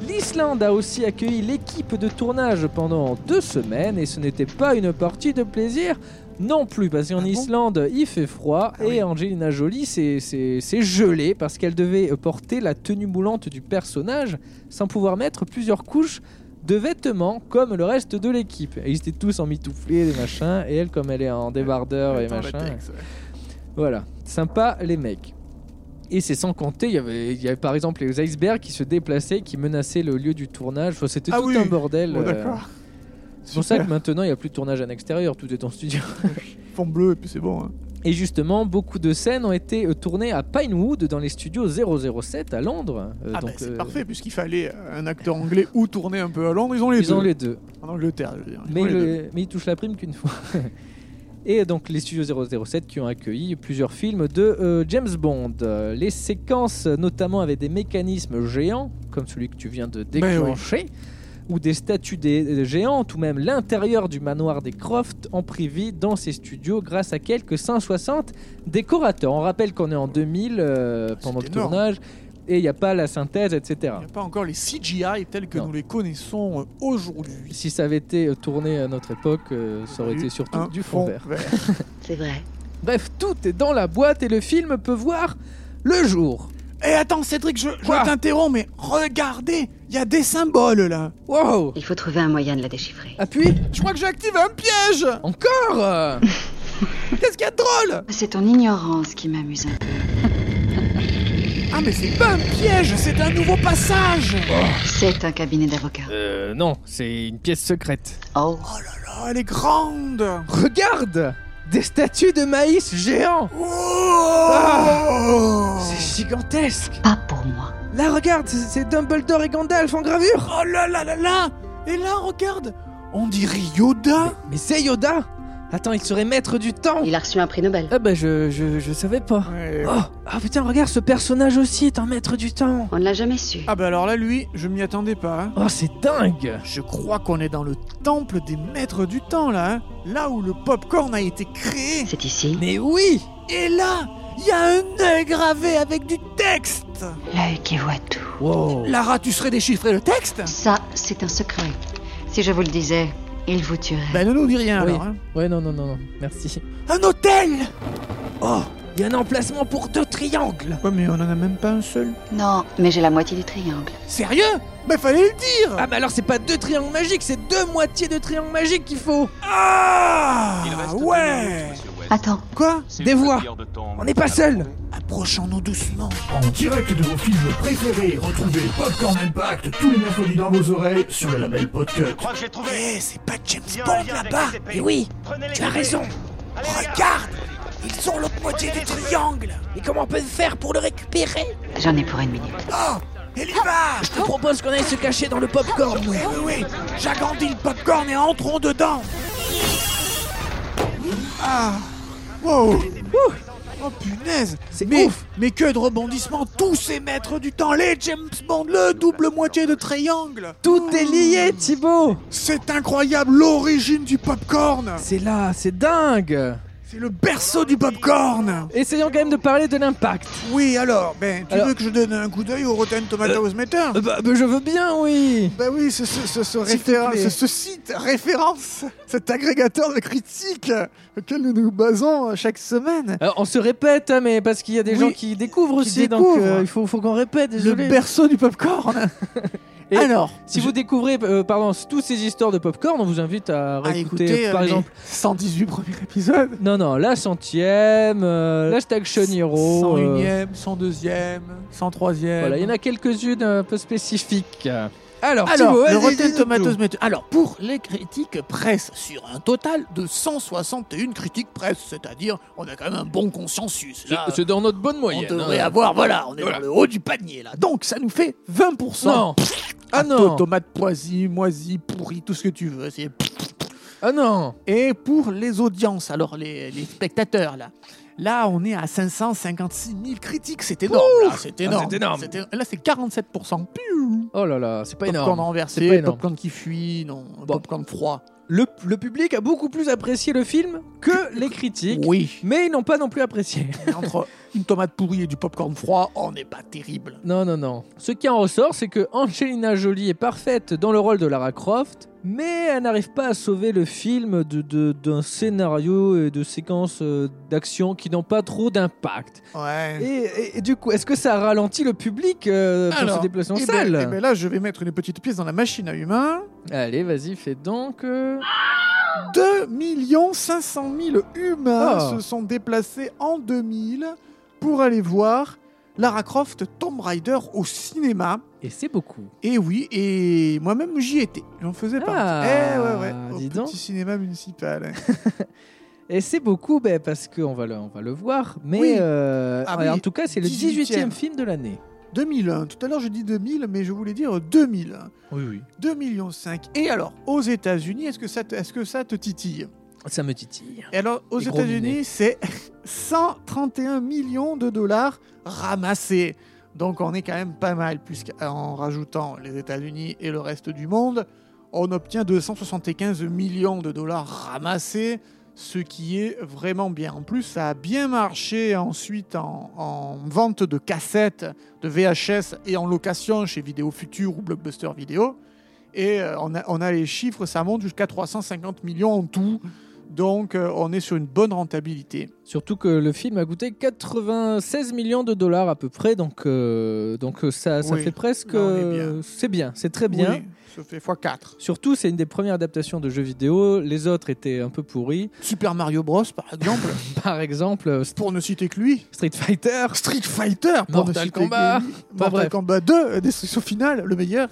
S1: L'Islande a aussi accueilli l'équipe de tournage pendant deux semaines et ce n'était pas une partie de plaisir non plus parce qu'en
S2: Ah bon
S1: Islande il fait froid
S2: Ah
S1: et
S2: oui.
S1: Angelina Jolie s'est- s'est s'est gelée parce qu'elle devait porter la tenue moulante du personnage sans pouvoir mettre plusieurs couches de vêtements comme le reste de l'équipe. Et Ils étaient tous en mitouflé, des machins, et elle comme elle est en débardeur et
S2: Attends, la
S1: Ah machin.
S2: texte.
S1: Voilà, sympa les mecs. Et c'est sans compter, il y avait, il y avait par exemple les icebergs qui se déplaçaient, qui menaçaient le lieu du tournage. Enfin, C'était
S2: Ah
S1: tout
S2: oui.
S1: un bordel.
S2: Bon,
S1: euh,
S2: d'accord.
S1: c'est pour ça que maintenant il n'y a plus de tournage en extérieur, tout est en studio. [laughs]
S2: Fond bleu, et puis c'est bon. hein.
S1: Et justement, beaucoup de scènes ont été euh, tournées à Pinewood dans les studios 007 à Londres. Euh,
S2: ah,
S1: donc,
S2: bah, c'est
S1: euh,
S2: parfait, puisqu'il fallait un acteur anglais ou tourner un peu à Londres. Ils ont les
S1: Ils
S2: deux.
S1: ont les deux.
S2: En Angleterre, je veux dire. Ils
S1: Mais,
S2: ont les
S1: le-
S2: deux.
S1: mais il touche la prime qu'une fois. [laughs] Et donc les studios 007 qui ont accueilli plusieurs films de euh, James Bond. Euh, Les séquences, notamment avec des mécanismes géants, comme celui que tu viens de
S2: Ben oui.
S1: déclencher, ou des statues des, des géantes, ou même l'intérieur du manoir des Croft en privy dans ces studios grâce à quelques 160 décorateurs. On rappelle qu'on est en 2000 euh, pendant le
S2: C'est énorme.
S1: tournage et il n'y a pas la synthèse, etc.
S2: Il n'y a pas encore les CGI tels que
S1: Non.
S2: nous les connaissons euh, aujourd'hui.
S1: Si ça avait été euh, tourné à notre époque, euh, ça aurait été surtout
S2: Bah, Un
S1: du fond vert.
S3: C'est vrai.
S1: Bref, tout est dans la boîte et le film peut voir le jour.
S2: Eh attends Cédric, je, je
S1: Quoi
S2: t'interromps, mais regardez, il y a des symboles là.
S1: Wow Ah,
S3: Il faut trouver un moyen de la déchiffrer.
S1: Appuie
S2: Je crois que j'ai activé un piège.
S1: Encore
S2: [laughs]
S1: euh,
S2: Qu'est-ce qu'il y a de drôle
S3: C'est ton ignorance qui m'amuse un peu.
S2: Ah mais c'est pas un piège, c'est un nouveau passage.
S3: C'est un cabinet d'avocats.
S1: Euh, non, c'est une pièce secrète.
S3: Oh,
S2: Oh, elle est grande.
S1: Regarde Des statues de maïs géants
S2: Oh,
S1: C'est gigantesque
S3: pas pour moi.
S1: Là, regarde, c'est- c'est Dumbledore et Gandalf en gravure
S2: Oh là là là là. Et là regarde, on dirait Yoda.
S1: Mais c'est Yoda Attends, il serait maître du temps
S3: Il a reçu un prix Nobel.
S1: Ah bah, je, je, je savais pas.
S2: Ouais.
S1: Oh, ah putain, regarde, ce personnage aussi est un maître du temps
S3: On ne l'a jamais su.
S2: Ah bah alors là lui, je m'y attendais pas. hein.
S1: Oh, c'est dingue
S2: Je crois qu'on est dans le temple des maîtres du temps là, hein. là où le popcorn a été créé.
S3: C'est ici.
S1: Mais oui
S2: Et là, il y a un œil gravé avec du texte.
S3: L'œil qui voit tout.
S1: Wow
S2: Lara, tu serais déchiffré le texte
S3: Ça, c'est un secret. Si je vous le disais, il vous tuerait.
S2: Ben ne nous dis rien
S1: Oui.
S2: alors. hein.
S1: Ouais, non, non, non, non, merci.
S2: Un hôtel
S1: Oh, il y a un emplacement pour deux triangles
S2: Ouais, mais on en a même pas un seul.
S3: Non, mais j'ai la moitié du triangle.
S2: Sérieux Ben fallait le dire
S1: Ah, mais alors c'est pas deux triangles magiques, c'est deux moitiés de triangles magiques qu'il faut
S2: Ah
S8: Il reste deux
S2: Ouais
S8: minutes, monsieur West.
S3: Attends,
S2: Quoi
S8: C'est
S1: Ah, des
S8: une
S1: voix.
S8: coupure de temps.
S1: On n'est pas seul
S2: Approchons-nous doucement.
S9: En direct de vos films préférés, retrouvez Popcorn Impact tous les mercredis dans vos oreilles sur le label Podcut.
S8: Je crois que j'ai trouvé.
S2: Eh, c'est pas James
S8: Il y a un
S2: Bond
S8: lien avec
S2: là-bas
S8: les épées.
S1: Mais oui,
S8: Prenez les
S1: tu as
S8: épées.
S1: raison
S8: Allez, les gars.
S2: Regarde Ils ont l'autre moitié du triangle
S1: Mais comment on peut faire pour le récupérer
S3: j'en ai pour une minute.
S2: Oh, Elivage
S1: Je te propose qu'on aille se cacher dans le popcorn
S2: Oui, oui, oui J'agrandis le popcorn et entrons dedans Ah Wow Ouh. Oh punaise
S1: C'est
S2: mais,
S1: ouf.
S2: mais que de rebondissements Tous ces maîtres du temps, les James Bond, le double moitié de triangle
S1: Tout est lié, Thibaut
S2: C'est incroyable l'origine du popcorn
S1: C'est là, c'est dingue
S2: C'est le berceau du popcorn
S1: Essayons quand même de parler de l'impact
S2: Oui, alors, ben, tu
S1: Alors-
S2: veux que je donne un coup d'œil au Rotten Tomatoes Meter
S1: Euh, bah, bah, je veux bien, oui
S2: Ben oui, ce, ce, ce, ce
S1: S'il te
S2: référen-
S1: plaît.
S2: ce- ce site référence, cet agrégateur de critiques auquel nous nous basons euh, chaque semaine.
S1: Alors, on se répète, hein, mais parce qu'il y a des
S2: Oui,
S1: gens qui découvrent
S2: qui
S1: aussi, donc
S2: découvrent.
S1: euh, il faut, faut qu'on répète, désolé.
S2: Le berceau du popcorn.
S1: [laughs] Et-
S2: Alors,
S1: Si
S2: je-
S1: vous découvrez, euh, pardon, toutes ces histoires de popcorn, on vous invite à
S2: à
S1: réécouter,
S2: écouter,
S1: par
S2: euh, les
S1: exemple.
S2: 118 premiers épisodes.
S1: Non, non, la centième, euh, l'hashtag Shoniro. euh,
S2: 101e, 102e, 103e.
S1: voilà, il y en a quelques-unes un peu spécifiques. Alors,
S2: Alors,
S1: Thibaut,
S2: le
S1: vas-y,
S2: Rotten
S1: dis-nous
S2: Tomatoes
S1: tout.
S2: Meter- Alors, pour les critiques presse, sur un total de 161 critiques presse, c'est-à-dire, on a quand même un bon consensus.
S1: C'est-
S2: Là,
S1: C'est dans notre bonne
S2: on
S1: moyenne.
S2: devrait
S1: hein.
S2: avoir, voilà, on est
S1: Voilà.
S2: dans le haut du panier, là. Donc, ça nous fait 20%.
S1: Non Ah non
S2: Tomates poisies, moisies, pourries, tout ce que tu veux. c'est-
S1: Ah non
S2: Et pour les audiences, alors les, les spectateurs, là. Là, on est à 556 000 critiques. C'est énorme, là. C'est énorme.
S1: Ah, c'est énorme.
S2: é- Là, c'est 47%.
S1: Oh là là, c'est pas
S2: Popcorn
S1: énorme. C'est
S2: renversé,
S1: pas énorme.
S2: popcorn qui fuit, non,
S1: Bon.
S2: popcorn froid.
S1: Le, le public a beaucoup plus apprécié le film que les critiques,
S2: Oui.
S1: mais ils n'ont pas non plus apprécié.
S2: Mais Entre [laughs] une tomate pourrie et du popcorn froid, on n'est pas terrible.
S1: Non, non, non. Ce qui en ressort, c'est que Angelina Jolie est parfaite dans le rôle de Lara Croft, mais elle n'arrive pas à sauver le film de- de- d'un scénario et de séquences euh, d'action qui n'ont pas trop d'impact. Et,
S2: Ouais.
S1: et- et du coup, est-ce que ça ralentit le public euh, pour se déplacer en
S2: eh ben-
S1: salle
S2: eh ben là, je vais mettre une petite pièce dans la machine à humains.
S1: Allez, vas-y, fais donc. euh.
S2: 2 500 000 humains
S1: Oh.
S2: se sont déplacés en 2000 pour aller voir Lara Croft Tomb Raider au cinéma.
S1: Et c'est beaucoup.
S2: Et oui, et moi-même j'y étais. J'en faisais partie.
S1: Ah,
S2: eh ouais, ouais, au
S1: dis
S2: petit
S1: donc.
S2: cinéma municipal. [laughs]
S1: Et c'est beaucoup ben, parce qu'on va, le- on va le voir, mais
S2: Oui.
S1: euh,
S2: Ah oui,
S1: en tout cas, c'est le 18e
S2: 18e.
S1: film de l'année.
S2: 2001. Tout à l'heure, je dis 2000, mais je voulais dire 2000.
S1: Oui, oui.
S2: 2,5 millions. Et alors, aux États-Unis, est-ce que, ça te- est-ce que ça te titille
S1: Ça me titille.
S2: Et alors, aux
S1: Les gros
S2: États-Unis,
S1: minets.
S2: c'est 131 millions de dollars ramassés. Donc, on est quand même pas mal, puisqu'en rajoutant les États-Unis et le reste du monde, on obtient 275 millions de dollars ramassés, ce qui est vraiment bien. En plus, ça a bien marché ensuite en, en vente de cassettes, de VHS et en location chez Vidéo Future ou Blockbuster Vidéo. Et euh, on a, on a les chiffres, ça monte jusqu'à 350 millions en tout. Donc euh, on est sur une bonne rentabilité.
S1: Surtout que le film a coûté 96 millions de dollars à peu près, donc, euh, donc euh, ça, ça
S2: Oui.
S1: fait presque.
S2: Là, on est
S1: euh, C'est bien, c'est très bien.
S2: Oui, ça fait x4.
S1: Surtout, c'est une des premières adaptations de jeux vidéo. Les autres étaient un peu pourris. [laughs]
S2: Super Mario Bros par exemple,
S1: Par exemple, euh, St-
S2: [laughs] pour ne citer que lui.
S1: Street Fighter.
S2: Street Fighter pour
S1: Mortal
S2: ne citer
S1: Kombat.
S2: que lui.
S1: Bah,
S2: Mortal
S1: bref.
S2: Kombat 2, euh, Destruction Finale, le meilleur.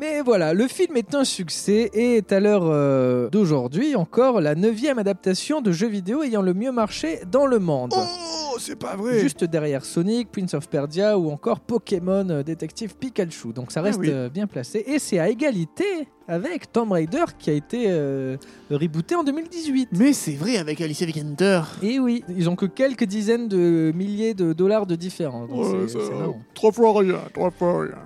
S1: Mais voilà, le film est un succès et est à l'heure euh, d'aujourd'hui encore la neuvième adaptation de jeux vidéo ayant le mieux marché dans le monde.
S2: Oh, c'est pas vrai.
S1: Juste derrière Sonic, Prince of Perdia ou encore Pokémon euh, Détective Pikachu. Donc ça
S2: Ah
S1: reste
S2: oui.
S1: euh, bien placé. Et c'est à égalité avec Tomb Raider qui a été euh, rebooté en 2018.
S2: Mais c'est vrai avec Alicia Vikander.
S1: Et oui, ils ont que quelques dizaines de milliers de dollars de différence. Donc
S2: Ouais,
S1: c'est-
S2: ça-
S1: c'est marrant.
S2: Trois fois rien, trois fois rien.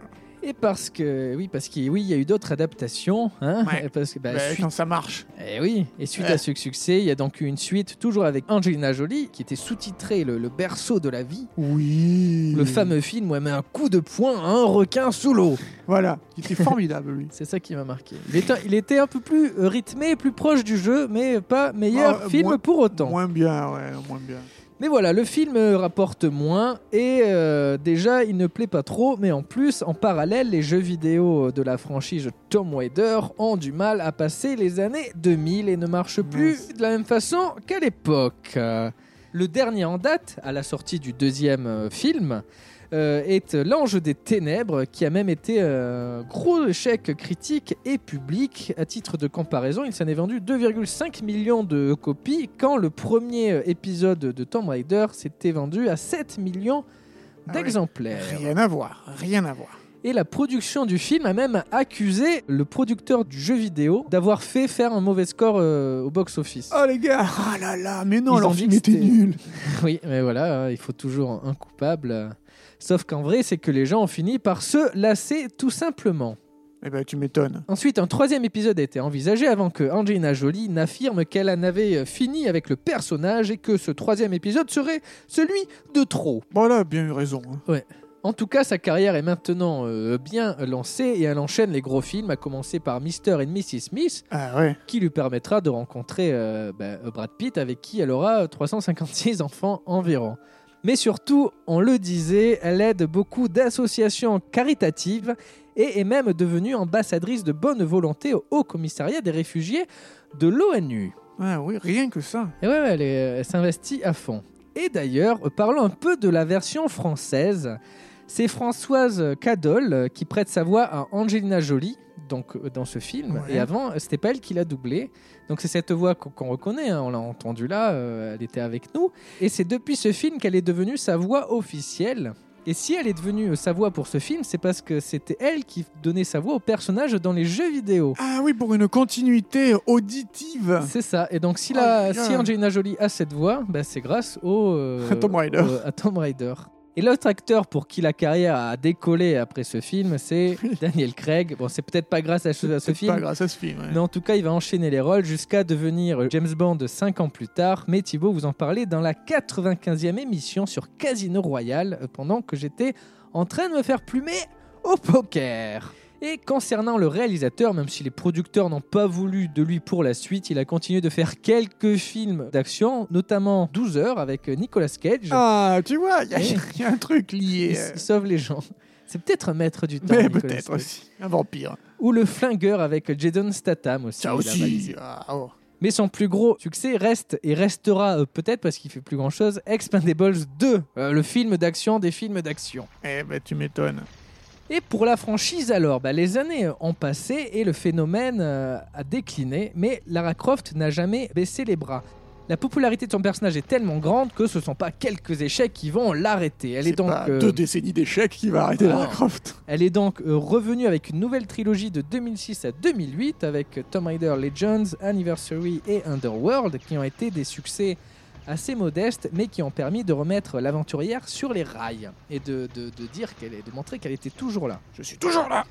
S1: Et parce que, oui, parce qu'il oui, il y a eu d'autres adaptations. Hein,
S2: Ouais.
S1: [laughs] parce que, bah,
S2: Bah,
S1: suite-
S2: quand ça marche.
S1: Eh oui, et suite
S2: Ouais.
S1: à ce succès, il y a donc eu une suite, toujours avec Angelina Jolie, qui était sous-titrée le, le berceau de la vie.
S2: Oui.
S1: Le fameux film où elle met un coup de poing à un requin sous l'eau.
S2: Voilà, il [laughs] était formidable lui.
S1: C'est ça qui m'a marqué. Il était, il était un peu plus euh, rythmé, plus proche du jeu, mais pas meilleur
S2: Ah, euh,
S1: film
S2: moins-
S1: pour autant.
S2: Moins bien, ouais, moins bien.
S1: Mais voilà, le film euh, rapporte moins et euh, déjà il ne plaît pas trop, mais en plus, en parallèle, les jeux vidéo de la franchise Tomb Raider ont du mal à passer les années 2000 et ne marchent plus
S2: Mince.
S1: de la même façon qu'à l'époque. Euh, Le dernier en date, à la sortie du deuxième euh, film, euh, est euh, L'Ange des Ténèbres, qui a même été euh, gros échec critique et public. À titre de comparaison, il s'en est vendu 2,5 millions de copies, quand le premier euh, épisode de Tomb Raider s'était vendu à 7 millions
S2: Ah oui.
S1: d'exemplaires.
S2: Rien à voir, rien à voir.
S1: Et la production du film a même accusé le producteur du jeu vidéo d'avoir fait faire un mauvais score euh, au box-office.
S2: Oh les gars, ah là là, mais non,
S1: Ils ont
S2: leur
S1: dit
S2: film
S1: que
S2: était
S1: c'était-
S2: nul.
S1: [laughs] Oui, mais voilà, hein, il faut toujours un coupable. Sauf qu'en vrai, c'est que les gens ont fini par se lasser tout simplement.
S2: Eh ben tu m'étonnes.
S1: Ensuite, un troisième épisode a été envisagé avant que Angelina Jolie n'affirme qu'elle en avait euh, fini avec le personnage et que ce troisième épisode serait celui de trop.
S2: Bon là, bien eu raison. hein.
S1: En tout cas, sa carrière est maintenant euh, bien lancée et elle enchaîne les gros films, à commencer par Mr. and Mrs. Smith,
S2: Ah ouais.
S1: qui lui permettra de rencontrer euh, bah, Brad Pitt, avec qui elle aura euh, 356 enfants environ. Mais surtout, on le disait, elle aide beaucoup d'associations caritatives et est même devenue ambassadrice de bonne volonté au Haut Commissariat des réfugiés de l'ONU.
S2: Ah oui, rien que ça.
S1: Et ouais, ouais, elle est- elle s'investit à fond. Et d'ailleurs, parlons un peu de la version française. C'est Françoise Cadol euh, qui prête sa voix à Angelina Jolie, donc euh, dans ce film.
S2: Ouais.
S1: Et avant, euh, c'était pas elle qui l'a doublée. Donc c'est cette voix qu'on qu'on reconnaît, hein, on l'a entendue là, euh, elle était avec nous. Et c'est depuis ce film qu'elle est devenue sa voix officielle. Et si elle est devenue euh, sa voix pour ce film, c'est parce que c'était elle qui donnait sa voix au personnage dans les jeux vidéo.
S2: Ah oui, pour une continuité auditive.
S1: C'est ça. Et donc, si,
S2: Oh,
S1: la,
S2: bien.
S1: si Angelina Jolie a cette voix, bah, c'est grâce au, euh,
S2: À Tomb Raider.
S1: au- à Tomb Raider. Et l'autre acteur pour qui la carrière a décollé après ce film, c'est Daniel Craig. Bon, c'est peut-être pas grâce à, ce- à ce
S2: C'est
S1: film,
S2: Pas grâce à ce film. ouais.
S1: mais en tout cas, il va enchaîner les rôles jusqu'à devenir James Bond 5 ans plus tard. Mais Thibaut, vous en parlez dans la 95e émission sur Casino Royale euh, pendant que j'étais en train de me faire plumer au poker. Et concernant le réalisateur, même si les producteurs n'ont pas voulu de lui pour la suite, il a continué de faire quelques films d'action, notamment 12 heures avec euh, Nicolas Cage.
S2: Ah, tu vois, il y, a-
S1: Eh.
S2: [laughs] il y a un truc lié.
S1: il, s-
S2: euh,
S1: il sauve les gens. C'est peut-être un maître du temps.
S2: Mais
S1: Nicolas
S2: peut-être
S1: Cage.
S2: aussi. Un vampire.
S1: Ou le flingueur avec Jason Statham aussi.
S2: Ça
S1: il a
S2: aussi.
S1: réalisé.
S2: Ah, oh.
S1: Mais son plus gros succès reste et restera euh, peut-être parce qu'il fait plus grand chose Expendables 2, euh, le film d'action des films d'action.
S2: Eh ben tu m'étonnes.
S1: Et pour la franchise alors, bah, les années ont passé et le phénomène euh, a décliné, mais Lara Croft n'a jamais baissé les bras. La popularité de son personnage est tellement grande que ce ne sont pas quelques échecs qui vont l'arrêter. Elle est,
S2: C'est
S1: donc,
S2: pas
S1: euh,
S2: deux décennies d'échecs qui va arrêter
S1: Ah
S2: Lara
S1: non.
S2: Croft.
S1: elle est donc euh, revenue avec une nouvelle trilogie de 2006 à 2008 avec euh, Tomb Raider Legends, Anniversary et Underworld qui ont été des succès assez modestes mais qui ont permis de remettre l'aventurière sur les rails et de, de- de dire qu'elle est- de montrer qu'elle était toujours là.
S2: Je suis toujours là.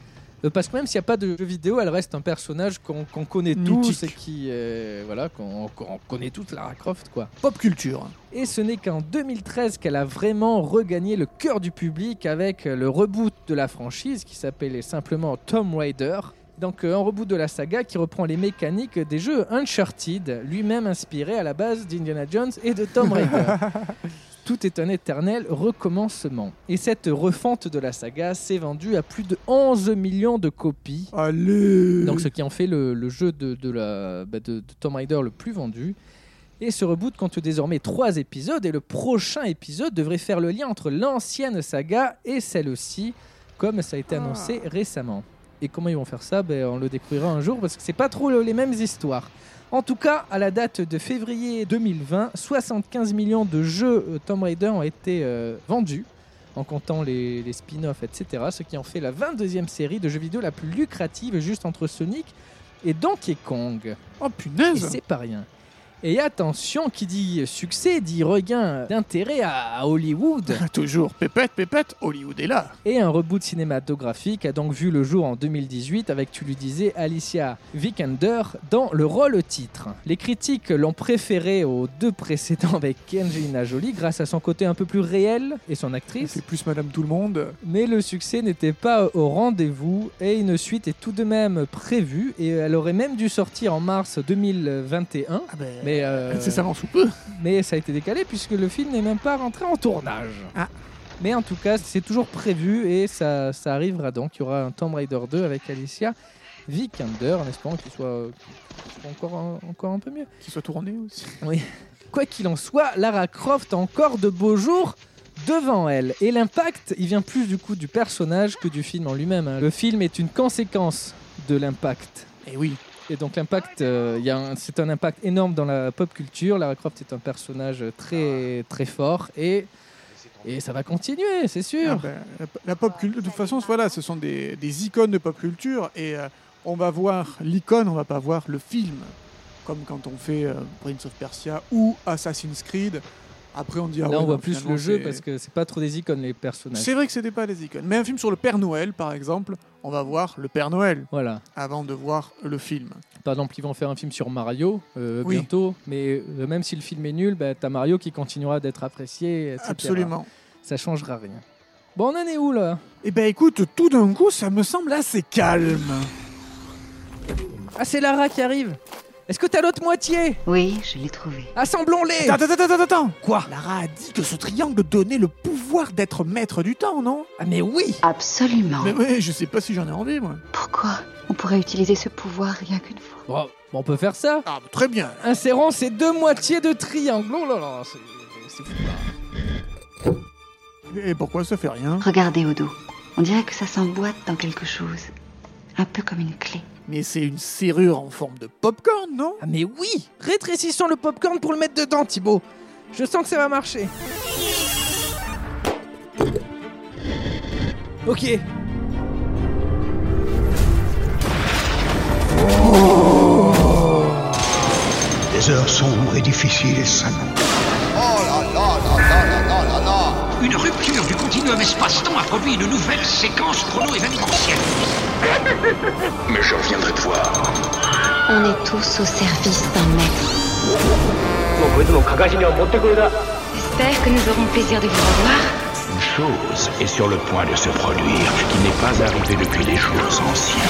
S1: Euh, Parce que même s'il n'y a pas de jeu vidéo, elle reste un personnage qu'on qu'on connaît tous
S2: Mythique.
S1: et qui, euh, voilà, qu'on qu'on connaît tous, Lara Croft, quoi.
S2: Pop culture.
S1: Et ce n'est qu'en 2013 qu'elle a vraiment regagné le cœur du public avec le reboot de la franchise qui s'appelait simplement Tomb Raider. Donc euh, un reboot de la saga qui reprend les mécaniques des jeux Uncharted, lui-même inspiré à la base d'Indiana Jones et de Tomb Raider. Tout est un éternel recommencement. Et cette refonte de la saga s'est vendue à plus de 11 millions de copies
S2: Allez.
S1: donc ce qui en fait le, le jeu de, de la, bah, de, de Tomb Raider le plus vendu. Et ce reboot compte désormais trois épisodes et le prochain épisode devrait faire le lien entre l'ancienne saga et celle-ci, comme ça a été annoncé récemment. Et comment ils vont faire ça Ben, On le découvrira un jour parce que c'est pas trop le- les mêmes histoires. En tout cas, à la date de février 2020, 75 millions de jeux euh, Tomb Raider ont été euh, vendus, en comptant les, les spin-offs, etc. Ce qui en fait la 22e série de jeux vidéo la plus lucrative, juste entre Sonic et Donkey Kong.
S2: Oh
S1: Et
S2: punaise.
S1: c'est pas rien. Et attention, qui dit succès dit regain d'intérêt à à
S2: [laughs]
S1: Hollywood.
S2: Toujours pépette, pépette, Hollywood est là.
S1: Et un reboot cinématographique a donc vu le jour en 2018 avec, tu lui disais, Alicia Vikander dans le rôle titre. Les critiques l'ont préféré aux deux précédents avec Angelina Jolie grâce à son côté un peu plus réel et son actrice.
S2: C'est plus Madame Tout le Monde.
S1: Mais le succès n'était pas au rendez-vous et une suite est tout de même prévue et elle aurait même dû sortir en mars 2021.
S2: Ah ben.
S1: Mais, euh,
S2: C'est ça sous peu.
S1: mais ça a été décalé puisque le film n'est même pas rentré en tournage.
S2: Ah.
S1: Mais en tout cas, c'est toujours prévu et ça, ça arrivera donc. Il y aura un Tomb Raider 2 avec Alicia Vikander en espérant qu'il soit, euh, qu'il soit encore, un- encore un peu mieux.
S2: Qui soit tourné aussi.
S1: Quoi qu'il en soit, Lara Croft a encore de beaux jours devant elle. Et l'impact, il vient plus du coup du personnage que du film en lui-même. hein. Le film est une conséquence de l'impact.
S2: Et oui.
S1: Et donc l'impact, euh, il y a un- c'est un impact énorme dans la pop culture. Lara Croft est un personnage très très fort et et ça va continuer, c'est
S2: Ah
S1: sûr.
S2: ben, la, la pop culture, de toute façon, voilà, ce sont des, des icônes de pop culture et euh, on va voir l'icône, on va pas voir le film. Comme quand on fait euh, Prince of Persia ou Assassin's Creed. Après, on dit ah
S1: Là,
S2: ouais,
S1: on voit
S2: non,
S1: plus
S2: finalement,
S1: le jeu
S2: c'est-
S1: parce que c'est pas trop des icônes les personnages.
S2: C'est vrai que c'était pas des icônes. Mais un film sur le Père Noël, par exemple, on va voir le Père Noël
S1: Voilà.
S2: avant de voir le film.
S1: Par exemple, ils vont faire un film sur Mario euh,
S2: Oui.
S1: bientôt, mais euh, même si le film est nul, bah, t'as Mario qui continuera d'être apprécié. etc.
S2: Absolument.
S1: Ça changera rien. Bon, on en est où là
S2: Eh ben écoute, tout d'un coup, ça me semble assez calme.
S1: Ah, c'est Lara qui arrive. Est-ce que t'as l'autre moitié
S3: Oui, je l'ai trouvé.
S1: Assemblons-les
S2: Attends, attends, attends, attends Quoi Lara a dit que ce triangle donnait le pouvoir d'être maître du temps, non
S1: Ah, mais oui
S3: Absolument.
S2: Mais ouais, je sais pas si j'en ai envie, moi.
S3: Pourquoi on pourrait utiliser ce pouvoir rien qu'une fois
S1: Bon, on peut faire ça.
S2: Ah, bah, très bien.
S1: Insérons ces deux moitiés de triangle. Oh là là, c'est c'est fou.
S2: Et pourquoi ça fait rien
S3: Regardez au dos. On dirait que ça s'emboîte dans quelque chose. Un peu comme une clé.
S2: Mais c'est une serrure en forme de popcorn, non
S1: Ah, mais oui Rétrécissons le popcorn pour le mettre dedans, Thibaut. Je sens que ça va marcher. Ok.
S8: Des heures sombres et difficiles et salants. Oh là là là là là là là Une rupture du continuum espace-temps a produit une nouvelle séquence chrono-événementielle. Mais je reviendrai te voir.
S5: On est tous au service d'un maître.
S3: J'espère que nous aurons le plaisir de vous revoir.
S8: Une chose est sur le point de se produire qui n'est pas arrivée depuis les jours anciens.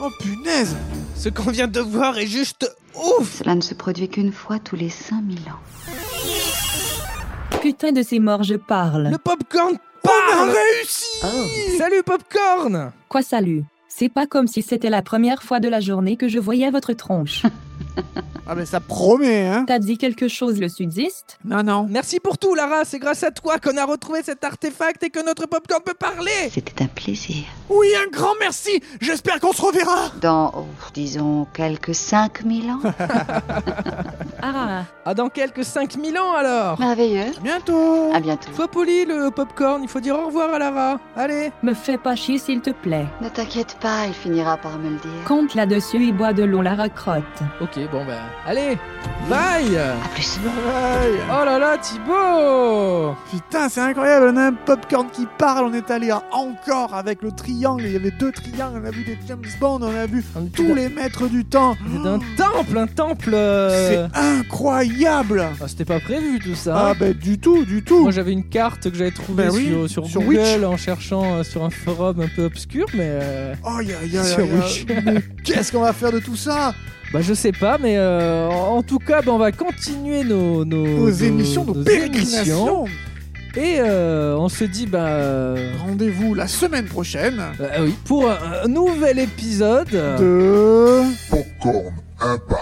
S2: Oh punaise
S1: Ce qu'on vient de voir est juste ouf
S3: Cela ne se produit qu'une fois tous les 5000 ans.
S10: Putain de ces morts, je parle.
S1: Le popcorn
S2: On a
S1: parle
S2: Ah, réussi
S1: Salut popcorn
S10: Quoi, salut C'est pas comme si c'était la première fois de la journée que je voyais votre tronche.
S2: Ah, mais ça promet, hein
S10: T'as dit quelque chose, le sudiste
S2: Non, non.
S1: Merci pour tout, Lara. C'est grâce à toi qu'on a retrouvé cet artefact et que notre popcorn peut parler.
S3: C'était un plaisir.
S2: Oui, un grand merci J'espère qu'on se reverra
S3: Dans, oh, disons, quelques 5000 [laughs] ans
S10: Ah,
S1: Ah, dans quelques 5000 ans alors.
S3: Bah. Merveilleux.
S2: À bientôt
S1: Ah.
S3: À bientôt.
S1: Sois poli, le popcorn. Il faut dire au revoir à Lara. Allez.
S10: me fais pas chier, s'il te plaît.
S3: Ne t'inquiète pas, il finira par me le dire.
S10: Compte là-dessus et bois de l'eau la recrotte.
S1: Ok, bon, ben. Allez. Bye.
S3: À plus.
S2: Aïe.
S1: Oh là là, Thibaut.
S2: Putain, c'est incroyable, on a un popcorn qui parle, on est allé à- encore avec le triangle, il y avait deux triangles, on a vu des James Bond, on a vu
S1: On était
S2: tous
S1: dans-
S2: les maîtres du temps.
S1: on était dans un temple, un temple. euh,
S2: C'est incroyable
S1: ah, C'était pas prévu tout ça.
S2: Ah
S1: hein.
S2: bah du tout, du tout
S1: Moi j'avais une carte que j'avais trouvée
S2: Ben oui,
S1: sur, sur
S2: sur
S1: Google
S2: Witch.
S1: en cherchant euh, sur un forum un peu obscur, mais euh,
S2: Oh ya ya ya,
S1: sur
S2: ya.
S1: Witch.
S2: Mais Qu'est-ce qu'on va faire de tout ça
S1: bah je sais pas, mais euh, en en tout cas bah, on va continuer nos, nos,
S2: Nos émissions, nos
S1: émissions.
S2: pérégrinations
S1: et euh, on se dit bah, euh,
S2: Rendez-vous la semaine prochaine
S1: bah, oui pour un, un nouvel épisode
S2: de...
S7: Popcorn Impact.